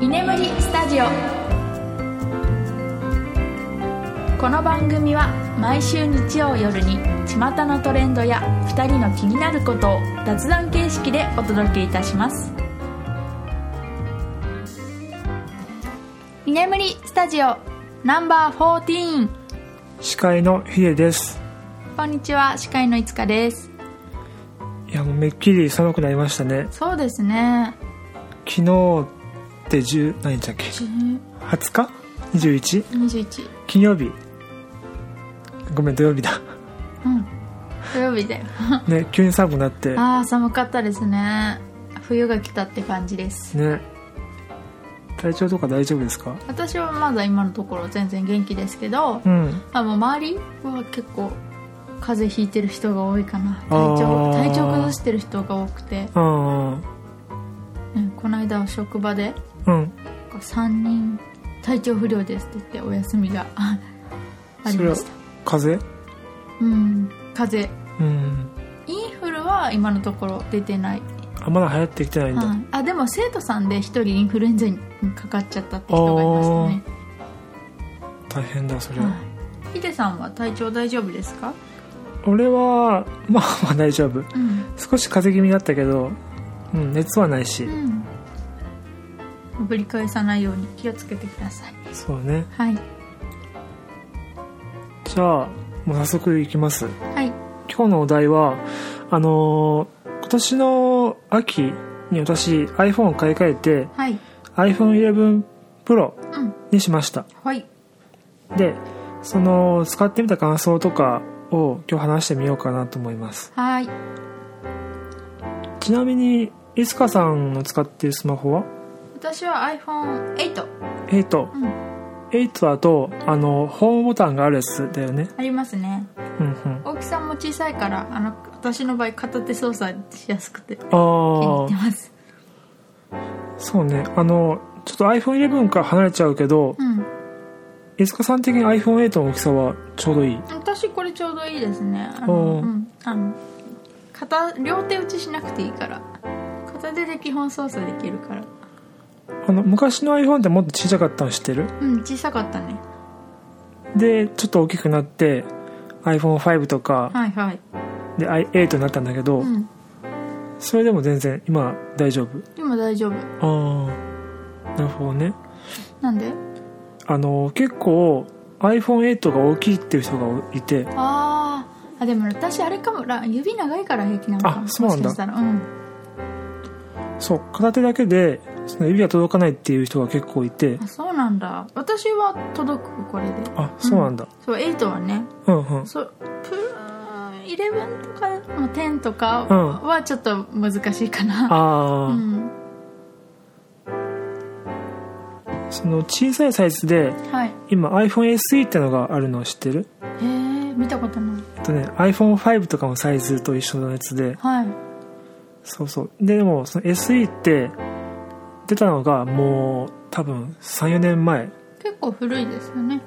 居眠りスタジオこの番組は毎週日曜夜に巷のトレンドや2人の気になることを雑談形式でお届けいたします居眠りスタジオナンバー14司会のヒデですこんにちは司会のいつかですいやもうめっきり寒くなりましたねそうですね昨日って10何日だっけ20日 21? 21金曜日ごめん土曜日だうん土曜日だよね急に寒くなってね ああ寒かったですね冬が来たって感じです体調とか大丈夫ですか私はまだ今のところ全然元気ですけど、うんあもう周りは結構風邪ひいてる人が多いかな体あ調ー体調崩してる人が多くて、あうん、この間は職場であうん3人体調不良ですって言ってお休みがありそれまはした風邪うん風邪うんインフルは今のところ出てない、あまだ流行ってきてないんだ、はいあでも生徒さんで1人インフルエンザにかかっちゃったって人がいましたね大変だそれ、はいヒデさんは体調大丈夫ですか、俺はまあまあ大丈夫うん少し風邪気味だったけど、うん、熱はないし、ぶり返さないように気をつけてくださいそうねはいじゃあもう早速いきますはい今日のお題はあのー今年の秋に私 iPhone を買い替えてはい iPhone11 Pro うんにしましたはいでその使ってみた感想とかを今日話してみようかなと思いますはいちなみにいつかさんの使っているスマホは私は iPhone8 8うん8だとあのホームボタンがあるやつだよねありますねうんうん大きさも小さいからあの私の場合片手操作しやすくて気に入あってますあそうねあのちょっと iPhone11 から離れちゃうけど、うん飯塚さん的に iPhone8 の大きさはちょうどいい私これちょうどいいですねあの、おーうん、あの片両手打ちしなくていいから片手で基本操作できるからあの昔の iPhone ってもっと小さかったの知ってるうん小さかったねでちょっと大きくなって iPhone5 とかはいはいで i- 8になったんだけど、うんそれでも全然今大丈夫今大丈夫ああなるほどねなんであの結構 iPhone8 が大きいっていう人がいてあーあでも私あれかもら指長いから平気なのかもあそうなんだもしかしたらうんそう片手だけでその指が届かないっていう人が結構いてあそうなんだ私は届くこれであそうなんだ、そう8はねうん、うんそうプー11とかもう10とかうんはちょっと難しいかな、あうあ、ん、その小さいサイズではいへ今 iPhoneSE ってのがあるの知ってるえ見たことないえっとね iPhone5 とかのサイズと一緒のやつではいそうそうででもその SE って出たのがもう多分34年前結構古いですよね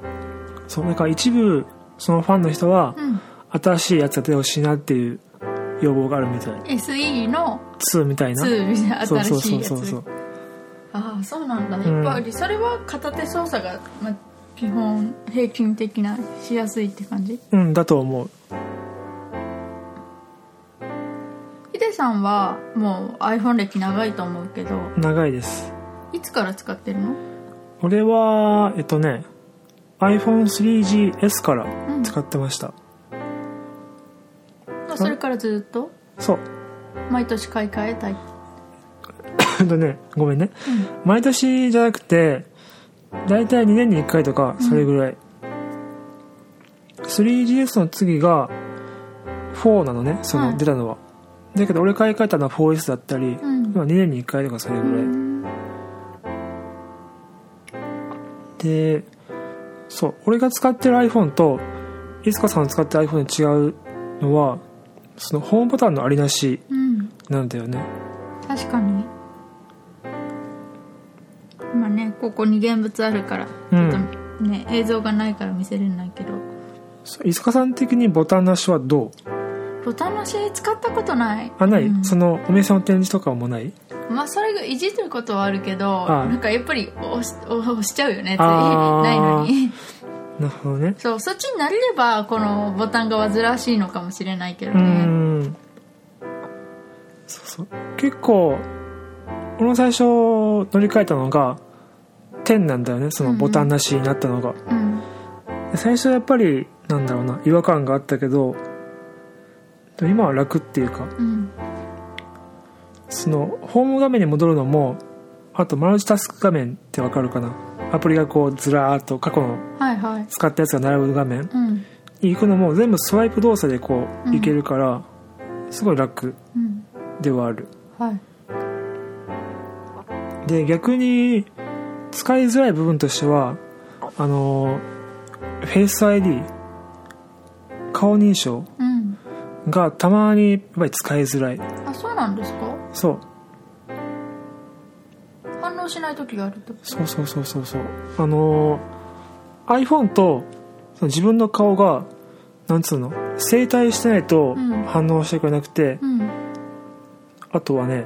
そうだから一部そのファンの人はうん新しいやつが出てほしいなっていう要望があるみたい SE の2みたいな2みたいなそう新そうしいそうやつそうそうああそうなんだやっぱりそれは片手操作が、まあ、基本平均的なしやすいって感じうんだと思うヒデさんはもう iPhone 歴長いと思うけど長いですいつから使ってるの俺はえっとね iPhone3GS から使ってました、それからずっとそう 毎年買い替えたいえっとねごめんね、毎年じゃなくて大体2年に1回とかそれぐらい、3GS の次が4なのねそはいの出たのは、だけど俺買い替えたのは 4S だったり、んまあ2年に1回とかそれぐらい、でそう俺が使ってる iPhone といつかさんの使ってる iPhone で違うのはそのホームボタンのありなしうんなんだよね確かに今ねここに現物あるからちうょんっとね、映像がないから見せれないけどそういつかさん的にボタンなしはどうボタンなし使ったことないあない、うんそのお店の展示とかもないまあそれがいじってることはあるけど、はいなんかやっぱり押し押しちゃうよねってあー ないのになるほどねそうそっちになれればこのボタンが煩わしいのかもしれないけどうねんそうそう結構俺も最初乗り換えたのが10なんだよねそのボタンなしになったのが、うんで最初はやっぱりなんだろうな違和感があったけどでも今は楽っていうかうんそのホーム画面に戻るのもあとマルチタスク画面ってわかるかなアプリがこうずらーっと過去のはいはい使ったやつが並ぶ画面うんに行くのも全部スワイプ動作でこううんいけるから、すごい楽うんではあるはいで逆に使いづらい部分としてはあのフェイス ID 顔認証うんがたまにやっぱり使いづらいあそうなんですかそう反応しない時があるってことそうそうそうそうそうあのー iPhone とその自分の顔がなんつうの正対してないとうん反応してくれなくて、うんあとはね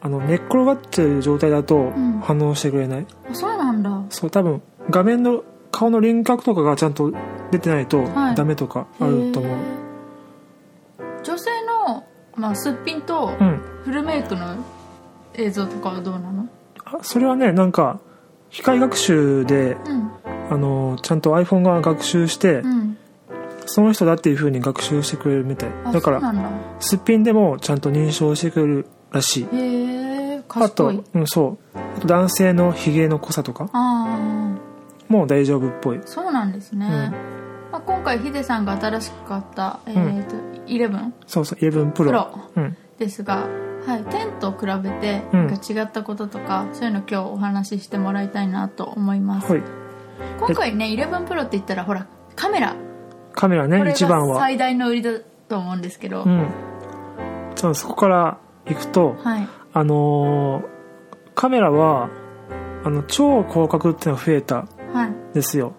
あの寝っ転がってる状態だとん反応してくれない、あそうなんだそう多分画面の顔の輪郭とかがちゃんと出てないとはいダメとかあると思う、へー女性の、まあ、すっぴんとうんフルメイクの映像とかはどうなのあそれはねなんか機械学習で、うんあのーちゃんと iPhone が学習して、うんその人だっていう風に学習してくれるみたいあだからそうなんだすっぴんでもちゃんと認証してくれるらしいへえあと、賢いうん、そうあと男性のひげの濃さとかあもう大丈夫っぽいあそうなんですね、うんまあ、今回ヒデさんが新しく買った、えーと11そうそう11ププロロうんですが、はい、10と比べてうんなんか違ったこととか、そういうの今日お話ししてもらいたいなと思います、はい今回ね11プロって言ったらほらカメラカメラこねれ一番がは最大の売りだと思うんですけど、うんじゃあそこからいくとはいあのーカメラはあの超広角っていうのが増えたんはいですよ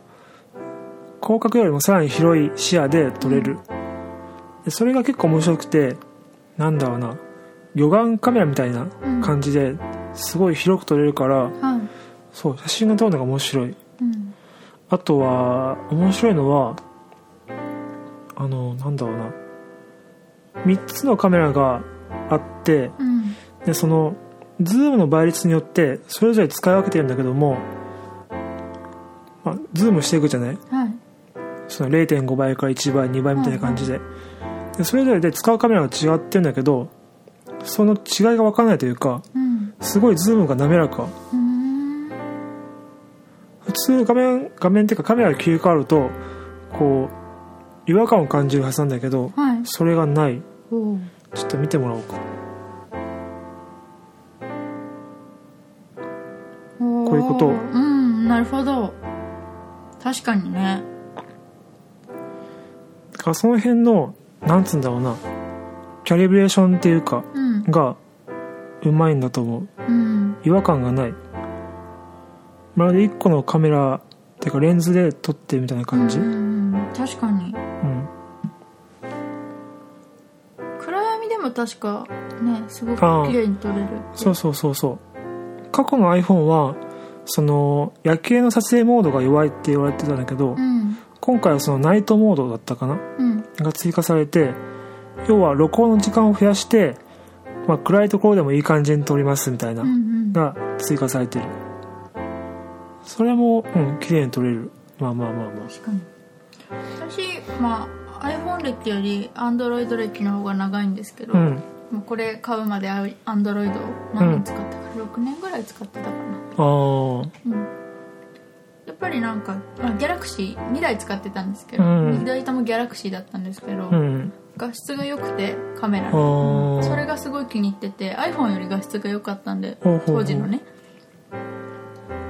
広角よりもさらに広い視野で撮れる、でそれが結構面白くてなんだろうな魚眼カメラみたいなうん感じですごい広く撮れるからはいそう写真が撮るのが面白いうんあとは面白いのはあのなんだろうな3つのカメラがあってうんでそのズームの倍率によってそれぞれ使い分けてるんだけども、まあ、ズームしていくじゃないはいその0.5倍から1倍2倍みたいな感じで,、でそれぞれで使うカメラが違ってるんだけどその違いが分からないというかうんすごいズームが滑らかうーん普通画面画面っていうかカメラが切り替わるとこう違和感を感じるはずなんだけどはいそれがないおうちょっと見てもらおうかおこういうことうんなるほど確かにねだからその辺のなんつうんだろうなキャリブレーションっていうかうんがうまいんだと思ううん違和感がないまるで1個のカメラっていうかレンズで撮ってるみたいな感じ、ううんんうんうん確かに暗闇でも確かねすごくあー綺麗に撮れるそうそうそうそう過去の iPhone はその夜景の撮影モードが弱いって言われてたんだけど、うん今回はそのナイトモードだったかなうんが追加されて要は録音の時間を増やして、まあ、暗いところでもいい感じに撮りますみたいな、うんうんが追加されてるそれもうん綺麗に撮れるまあまあまあまあ確かに私まあ iPhone 歴より Android 歴の方が長いんですけど、うんもうこれ買うまで Android を何年使ったか、6年ぐらい使ってたかなあうんやっぱりなんか、まあ、ギャラクシー2台使ってたんですけど、うん左ともギャラクシーだったんですけど、あうん画質が良くてカメラあーのそれがすごい気に入ってて iPhone より画質が良かったんでほうほうほう当時のね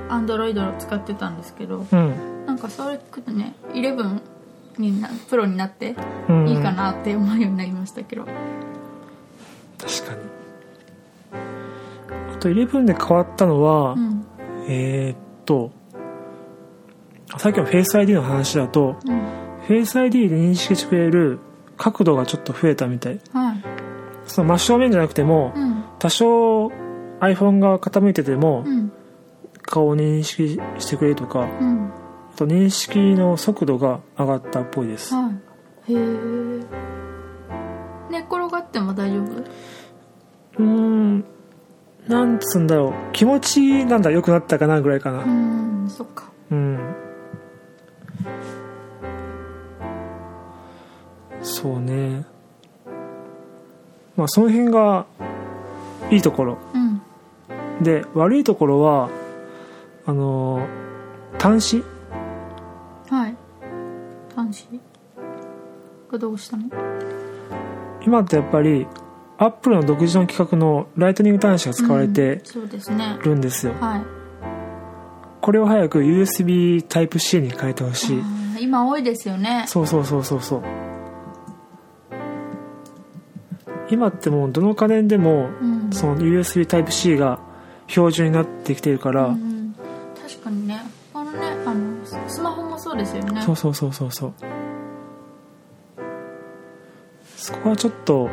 Android を使ってたんですけどうんなんかそれくね11になプロになってうんいいかなって思うようになりましたけど、確かにあと11で変わったのは、うんえーっとさっきのフェイス ID の話だとうんフェイス ID で認識してくれる角度がちょっと増えたみたいはいその真正面じゃなくてもうん多少 iPhone が傾いててもうん顔を認識してくれるとかうんあと認識の速度が上がったっぽいですはいへえ寝っ転がっても大丈夫うーんなんつうんだろう気持ちなんだ良くなったかなぐらいかうなんそっかうんそうねまあその辺がいいところうんで悪いところはあの端子はい端子がどうしたの今ってやっぱりアップルの独自の規格のライトニング端子が使われうんてそうですねるんですよ、はいこれを早く USB Type-C に変えてほしい、あー今多いですよねそうそうそうそうそう今ってもうどの家電でもうんその USB Type-C が標準になってきてるから、うん確かにね他のねあのススマホもそうですよねそうそうそうそうそうそこはちょっと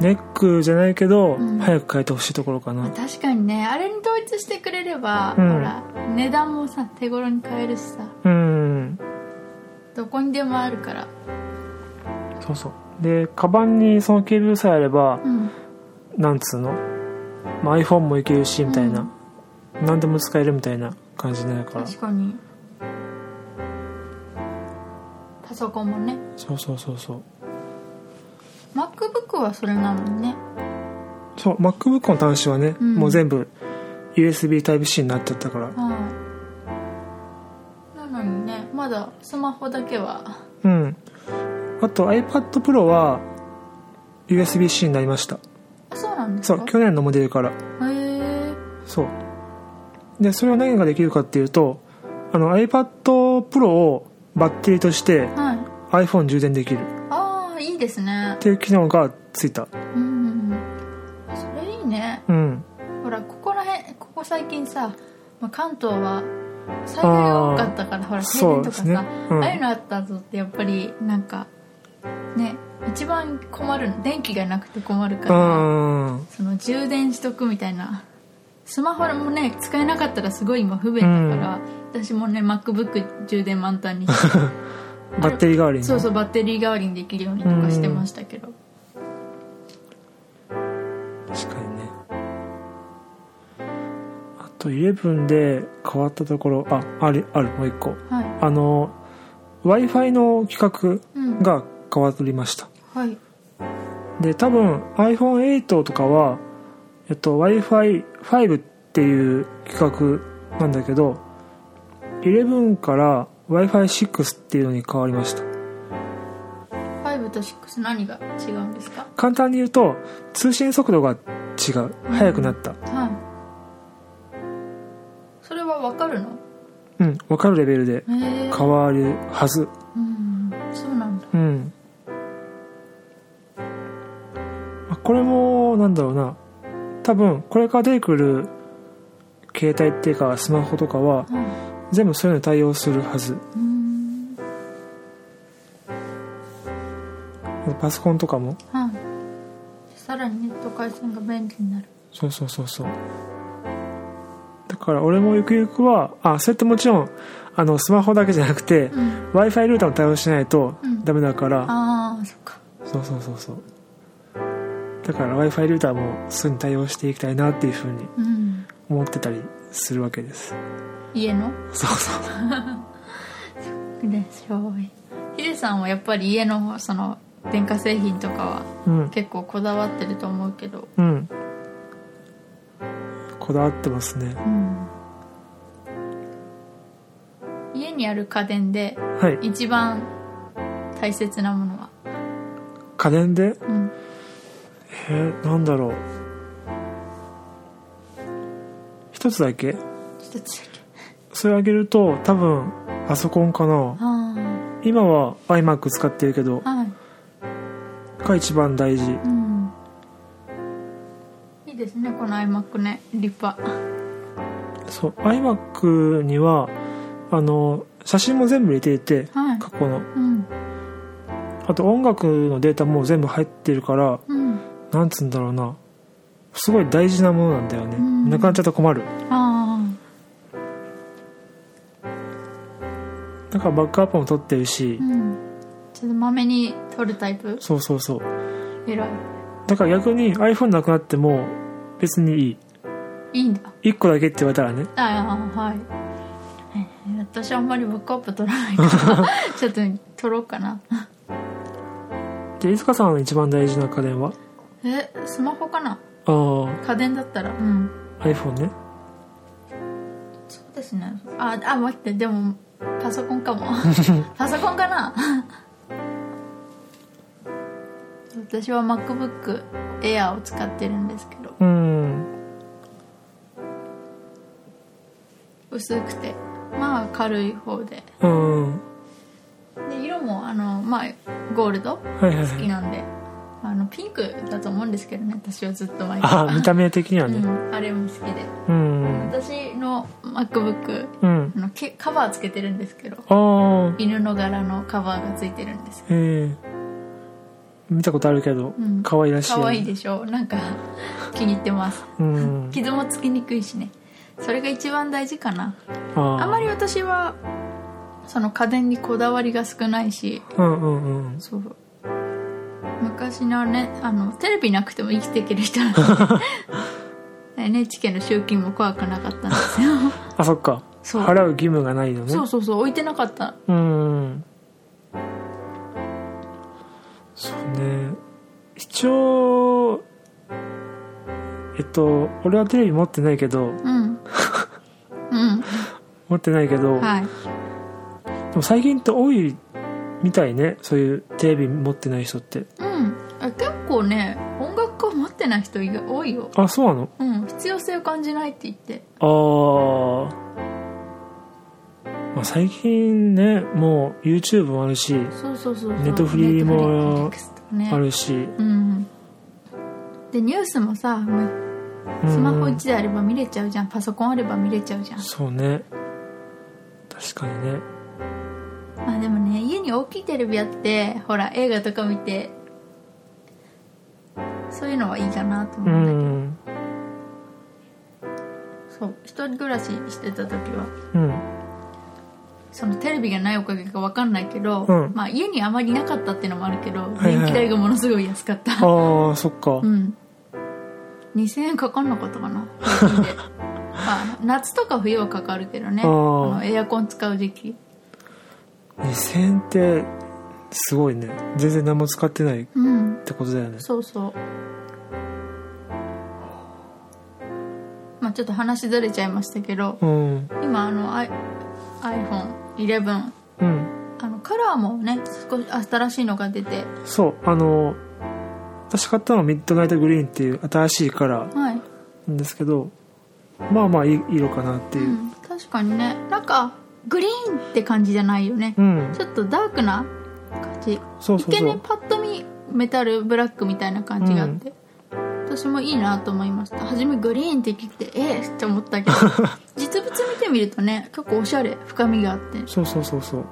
ネックじゃないけど、うん早く変えてほしいところかな確かにねあれに統一してくれれば、うんほら値段もさ手頃に買えるしさうんどこにでもあるからそうそうでカバンにそのケーブルさえあればうんなんつうの、まあ、iPhone もいけるしみたいな、何でも使えるみたいな感じになるから確かにパソコンもねそうそうそうそう MacBook はそれなのにねそう MacBook の端子はね、うんもう全部 USB Type-C になっちゃったからはいなのにねまだスマホだけはうんあと iPad Pro は USB-C になりましたあそうなんですそかう去年のモデルからへえそうでそれは何ができるかっていうとあの iPad Pro をバッテリーとしてはい iPhone 充電できるああいいですねっていう機能がついたうんそれいいねうんほらここら辺ここ最近さ、まあ、関東は災害が多かったからほら停電とかそさ、うですねうんああいうのあったぞってやっぱりなんかね一番困るの電気がなくて困るからうんその充電しとくみたいなスマホもね使えなかったらすごい今不便だから、私もね MacBook 充電満タンにして バッテリー代わりにそうそうバッテリー代わりにできるようにとかしてましたけど、確かにねあと11で変わったところああるあるもう一個はいあの w i f i の規格うんが変わりましたはいで多分 iPhone8 とかは、えっと、w i f i 5っていう規格なんだけど11から w i f i 6っていうのに変わりました5と6何が違うんですか簡単に言うと通信速度が違う速くなったはい。それはわかるの？うん分かるレベルでへえ。変わるはずうん、そうなんだ。うん、まあこれもなんだろうな多分これから出てくる携帯っていうかスマホとかはは全部そういうのに対応するはずい。うん、パソコンとかもはい。さらにネット回線が便利になる。そうそうそうそうだから俺もゆくゆくはあそれってもちろんあのスマホだけじゃなくてうん。 w i f i ルーターも対応しないとうんダメだから、ああ、そっか。そうそうそうそうだから w i f i ルーターもすぐに対応していきたいなっていうふうにうん。思ってたりするわけです家の？そうそうでしょう。ヒデさんはやっぱり家のその電化製品とかはうん結構こだわってると思うけど。うんこだわってますねうん。家にある家電ではい一番大切なものは、家電でうん、えー、なんだろう一つだけ一つだけ。それあげると多分パソコンかなあ今は iMac 使ってるけどあ、はい。が一番大事うん。いいですね、この iMac ね、立派。そう iMac にはあの写真も全部入れていてはい。過去のうん。あと音楽のデータも全部入ってるからうん。なんつうんだろうなすごい大事なものなんだよね、うんなくなっちゃったら困るあだからバックアップも取ってるし、あうんちょっとまめに取るタイプそうそうそう偉いだから逆に iPhone なくなっても別にいいいんだい1個だけって言われたらねああはいえ私あんまりバックアップ取らないからちょっと取ろうかなでいつかさんの一番大事な家電はえスマホかなああ家電だったらうん iPhone ねそうですねああ待ってでもパソコン かもパソコンかな私は MacBookAir を使ってるんですけどうん薄くてまあ軽い方でうんはで色もあのまあゴールドいはい好はきいなんであのピンクだと思うんですけどね私はずっと前からああ見た目的にはうねん、あれも好きでうん私の MacBook うんあのけカバーつけてるんですけどああ犬の柄のカバーがついてるんですええ見たことあるけどうん可愛らしいよね可愛いでしょなんか気に入ってますうん傷も つきにくいしねそれが一番大事かなあああんまり私はその家電にこだわりが少ないしうんうんうんそう昔のねあのテレビなくても生きていける人 なんで NHK の集金も怖くなかったんですよあそっかそう払う義務がないのねそうそうそう置いてなかったうんそうね一応えっと俺はテレビ持ってないけどうんうん持ってないけど、はいでも最近って多いみたいねそういうテレビ持ってない人ってうんあ結構ね音楽家持ってない人が多いよあそうなのうん必要性を感じないって言ってあー、まあ最近ねもう YouTube もあるしそうそうそうそうネットフリーもネットフリー Netflix とかねあるしうんでニュースもさまうんスマホ1台あれば見れちゃうじゃんパソコンあれば見れちゃうじゃんそうね確かにねまあでもね家に大きいテレビあってほら映画とか見てそういうのはいいかなとう思うんだけど、んそう一人暮らししてた時はうんそのテレビがないおかげか分かんないけど、うんまあ家にあまりなかったっていうのもあるけどはいはい電気代がものすごい安かった、ああそっかうん2000円かかんなかったか な平均でまあ夏とか冬はかかるけどねああーのエアコン使う時期2000円ってすごいね全然何も使ってないっうんてことだよねそうそうまあちょっと話ずれちゃいましたけどうん今あの I- iPhone11 うんあのカラーもね少し新しいのが出てそうあの私買ったのはミッドナイトグリーンっていう新しいカラーはい、、なんですけどまあまあいい色かなっていううん確かにねなんかグリーンって感じじゃないよねう、ん、ちょっとダークな感じそう一そうそ見ねうパッと見メタルブラックみたいな感じがあって、私もいいなと思いました初めグリーンって聞いてえー、って思った けど実物見てみるとね結構おしゃれ深みがあってそうそうそうそう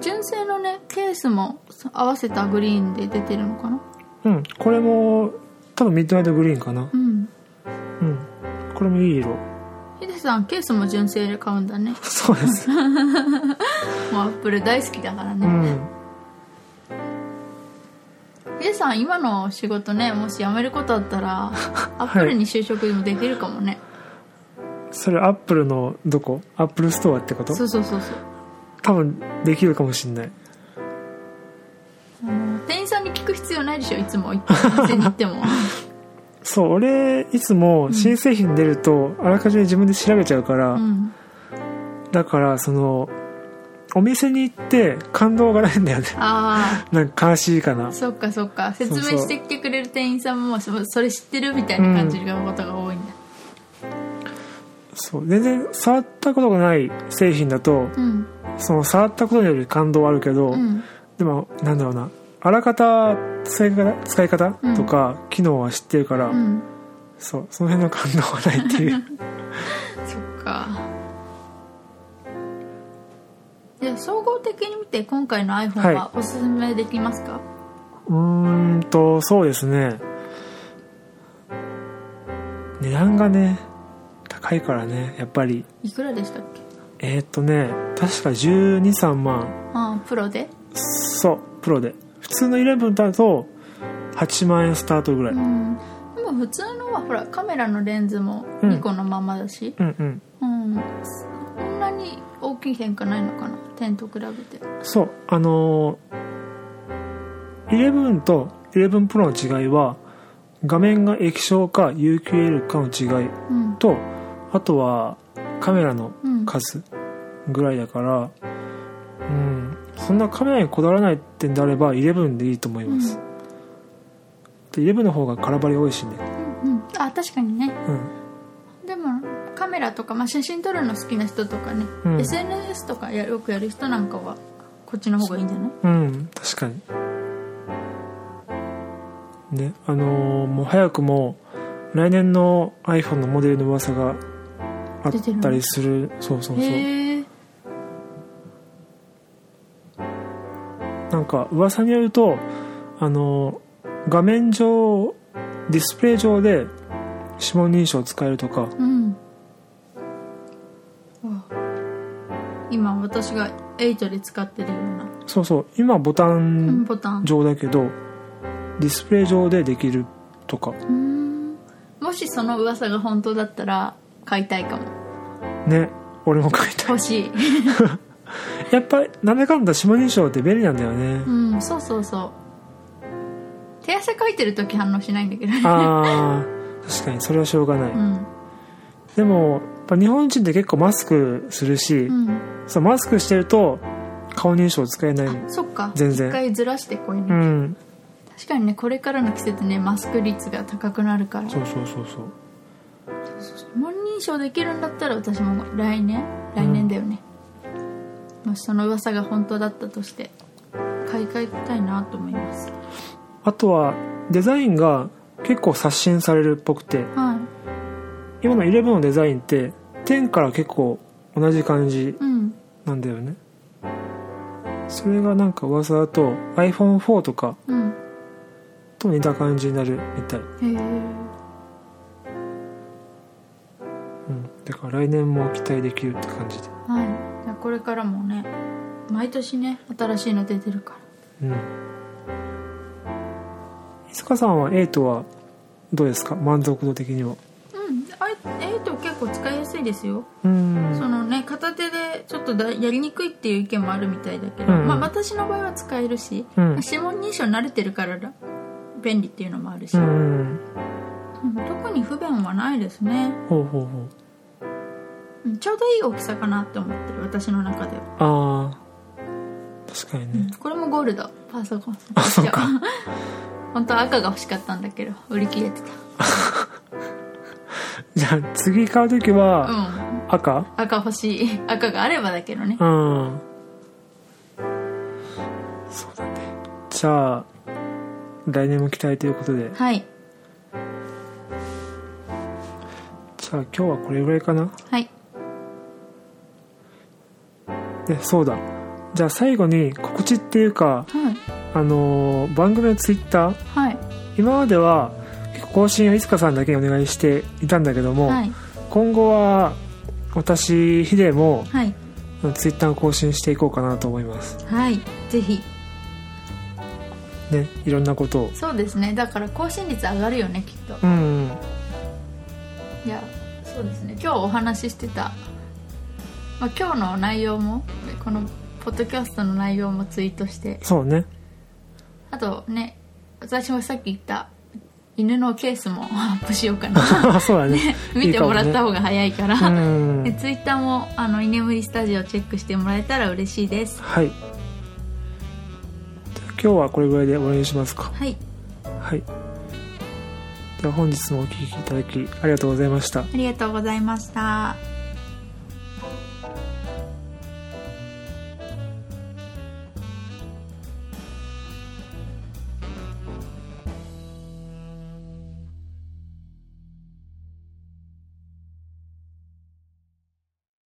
純正のねケースも合わせたグリーンで出てるのかなうんこれも多分ミッドナイトグリーンかなうんうんこれもいい色 ヒデさんケースも純正で買うんだねそうですもうアップル大好きだからうね、んヒデさん今の仕事ねもし辞めることあった らアップルに就職でもできるかもね、それアップルのどこアップルストアってことそうそうそうそう多分できるかもしんないあの店員さんに聞く必要ないでしょいつも行って店に行ってもそう俺いつも新製品出るとあらかじめ自分で調べちゃ うから、うんだからそのお店に行って感動がないんだよね あなんか悲しいかなあそっかそっか説そう明そしうてきてくれる店員さんもそそれ知ってるみたいな感じのことが多いんだそう全然触ったことがない製品だとうんその触ったことにより感動はあるけど、うんでもなんだろうなあらかた使い方使い方うんとか、機能は知ってるから、うんそうその辺の感動はないっていうそっかじゃあ総合的に見て今回の iPhone ははおすすめできますか、うーんとそうですね値段がね高いからねやっぱりいくらでしたっけえー、っとね確か123万ああプロでそうプロで普通の11だと8万円スタートぐらい、ううん、んでも普通のはほらカメラのレンズもうんニコのままだしうんうん、そんなに大きい変化ないのかな点と比べてそうあのー、11と11プロの違いは画面が液晶か UQL かの違いうんとあとはカメラのうん数ぐらいだからうんそんなカメラにこだわらないってんであれば11でいいと思います、で11の方が空張り多いしねうんあ確かにねうんでもカメラとか、まあ、写真撮るの好きな人とかね、うん SNS とかやよくやる人なんかはこっちの方がいいんじゃないうん確かにねあのーもう早くも来年の iPhone のモデルの噂があっ出てるたりするそうそうそうへえなんか噂によるとあの画面上ディスプレイ上で指紋認証使えるとかうんわあ今私が8で使ってるような、そうそう今ボタンボタン上だけどディスプレイ上でできるとかうーんもしその噂が本当だったら買いたいかもね俺も書いた 欲しいやっぱりなんだかんだ指紋認証って便利なんだよねうんそうそうそう手汗かいてる時反応しないんだけどねあー確かにそれはしょうが なういんでもやっぱ日本人って結構マスクするしうんそうマスクしてると顔認証使えないあそっか全然一回ずらしてこういううの、ん確かにねこれからの季節ねマスク率が高くなるからそうそうそうそう指紋認証できるんだったら私も来年来年だよね、もしその噂が本当だったとして買い替えたいなと思いますあとはデザインが結構刷新されるっぽくては今の11のデザインって10から結構同じ感じいうんなんだよねそれがなんか噂だと iPhone4 とかうんと似た感じになるみたい、へえうん、だから来年も期待できるって感じではいじゃあこれからもね毎年ね新しいの出てるからうん伊塚さんは8はどうですか満足度的にはうんあい8結構使いやすいですよ、うんそのね片手でちょっとだやりにくいっていう意見もあるみたいだけど、うんうんまあ私の場合は使えるし、うん指紋認証慣れてるからだ便利っていうのもあるし、うんうん特に不便はないですねほうほうほううんちょうどいい大きさかなって思ってる私の中では、あー確かにね、これもゴールドパソコンあそうか 本当は赤が欲しかったんだけど売り切れてじゃあ次買う時たうはん赤赤欲しい赤があればだけどねうん、そうだねじゃあ来年も期待ということではいじゃあ今日はこれぐらいかなはいねそうだじゃあ最後に告知っていうはかいあのー番組のツイッターはい今までは結構更新をいつかさんだけにお願いしていたんだけども、はい今後は私ヒデもはいツイッターを更新していこうかなと思いますはいぜひねいろんなことをそうですねだから更新率上がるよねきっとうんいやそうですね今日お話ししてた、まあ、今日の内容もこのポッドキャストの内容もツイートしてそ うねあとね私もさっき言った犬のケースも アップしようかなあそうだね見てもらったい方が早いからいかもねうんでツイッターもあの居眠りスタジオチェックしてもらえたら嬉しいですはいじゃあ今日はこれぐらいで終わりにしますかはいはいでは本日もお聴きいただきありがとうございましたありがとうございました